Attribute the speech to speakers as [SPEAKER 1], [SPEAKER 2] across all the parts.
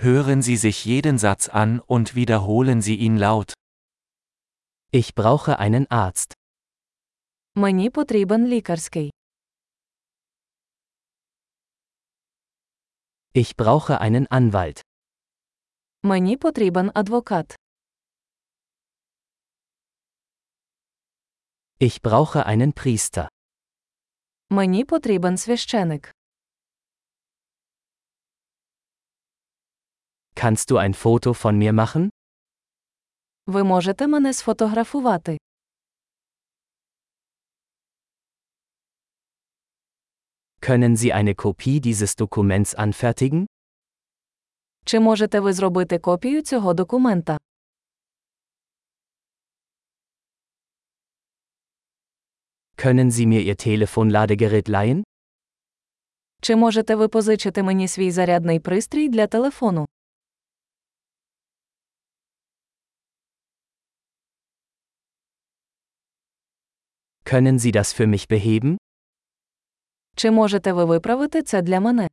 [SPEAKER 1] Hören Sie sich jeden Satz an und wiederholen Sie ihn laut.
[SPEAKER 2] Ich brauche einen Arzt.
[SPEAKER 3] Мені потрібен лікарський.
[SPEAKER 2] Ich brauche einen Anwalt.
[SPEAKER 3] Мені потрібен адвокат.
[SPEAKER 2] Ich brauche einen Priester.
[SPEAKER 3] Мені потрібен священик.
[SPEAKER 2] Kannst du ein Foto von mir machen?
[SPEAKER 3] Ви можете мене сфотографувати.
[SPEAKER 2] Können Sie eine Kopie dieses Dokuments anfertigen?
[SPEAKER 3] Чи можете ви зробити копію цього документа?
[SPEAKER 2] Können Sie mir Ihr Telefonladegerät leihen?
[SPEAKER 3] Чи можете ви позичити мені свій зарядний пристрій для телефону?
[SPEAKER 2] Können Sie das für mich beheben?
[SPEAKER 3] Чи можете ви виправити це для мене?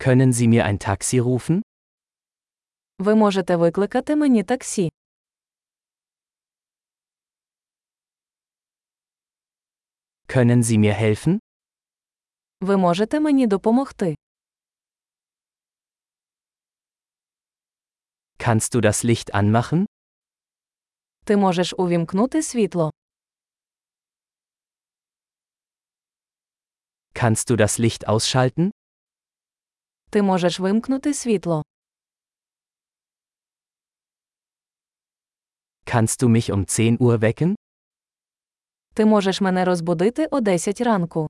[SPEAKER 2] Können Sie mir ein Taxi rufen?
[SPEAKER 3] Ви можете викликати мені таксі.
[SPEAKER 2] Können Sie mir helfen?
[SPEAKER 3] Ви можете мені допомогти.
[SPEAKER 2] Kannst du das Licht anmachen?
[SPEAKER 3] Ти можеш увімкнути світло.
[SPEAKER 2] Kannst du das Licht ausschalten?
[SPEAKER 3] Ти можеш вимкнути світло.
[SPEAKER 2] Kannst du mich um 10 Uhr wecken?
[SPEAKER 3] Ти можеш мене розбудити о 10 ранку.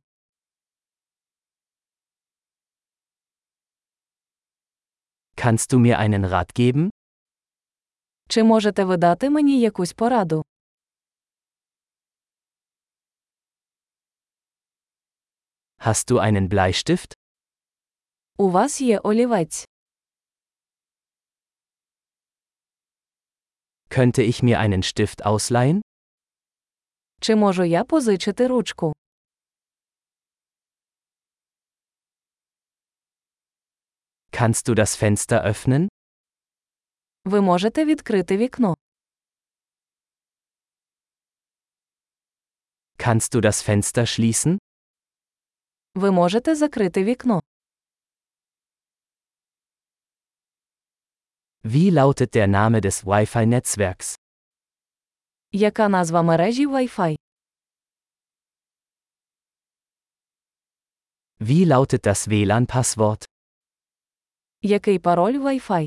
[SPEAKER 2] Kannst du mir einen Rat geben?
[SPEAKER 3] Чи можете ви дати мені якусь пораду?
[SPEAKER 2] Hast du einen Bleistift?
[SPEAKER 3] У вас є олівець.
[SPEAKER 2] Könnte ich mir einen Stift ausleihen?
[SPEAKER 3] Чи можу я позичити ручку?
[SPEAKER 2] Kannst du das Fenster öffnen?
[SPEAKER 3] Ви можете відкрити вікно.
[SPEAKER 2] Kannst du das Fenster schließen?
[SPEAKER 3] Ви можете закрити вікно.
[SPEAKER 2] Wie lautet der Name des Wi-Fi-Netzwerks?
[SPEAKER 3] Яка назва мережі Wi-Fi?
[SPEAKER 2] Wie lautet das WLAN-Passwort?
[SPEAKER 3] Який пароль Wi-Fi?